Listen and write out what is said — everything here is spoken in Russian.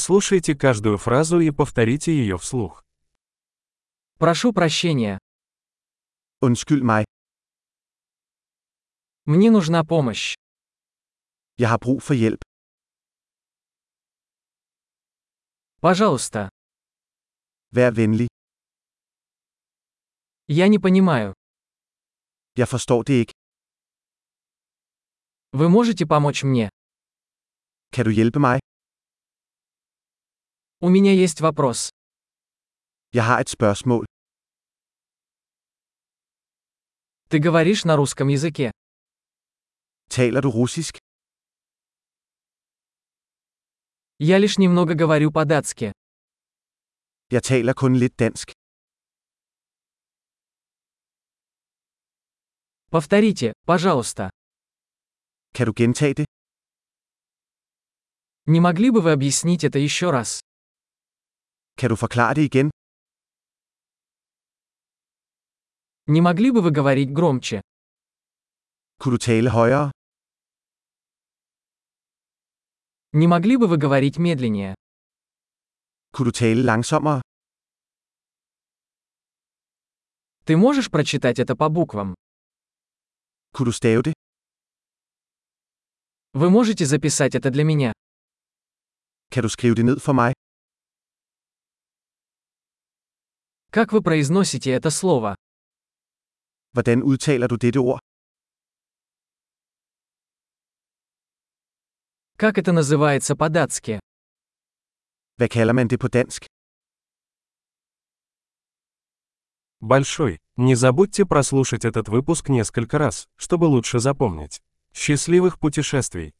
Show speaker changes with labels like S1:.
S1: Прослушайте каждую фразу и повторите ее вслух.
S2: Прошу прощения.
S3: Undskyld mig.
S2: Мне нужна помощь.
S3: Jeg har brug for hjælp.
S2: Пожалуйста.
S3: Vær venlig.
S2: Я не понимаю.
S3: Jeg forstår det ikke.
S2: Вы можете помочь мне?
S3: Kan du hjælpe mig?
S2: У меня есть вопрос.
S3: Jeg har et spørgsmål.
S2: Ты говоришь на русском языке.
S3: Taler du russisk?
S2: Я лишь немного говорю по-датски.
S3: Jeg taler kun lidt dansk.
S2: Повторите, пожалуйста.
S3: Kan du gentage det?
S2: Не могли бы вы объяснить это еще раз?
S3: Kan du forklare det igen?
S2: Не могли бы вы говорить громче?
S3: Kunne du tale højere?
S2: Не могли бы вы говорить медленнее?
S3: Kunne du tale langsommere?
S2: Ты можешь прочитать это по буквам?
S3: Kunne du stave det?
S2: Вы можете записать это для меня?
S3: Kan du skrive det ned for mig?
S2: Как вы произносите это слово?
S3: Hvordan udtaler du dette ord?
S2: Как это называется по-датски?
S3: Hvad kalder man det på dansk?
S1: Большой. Не забудьте прослушать этот выпуск несколько раз, чтобы лучше запомнить. Счастливых путешествий!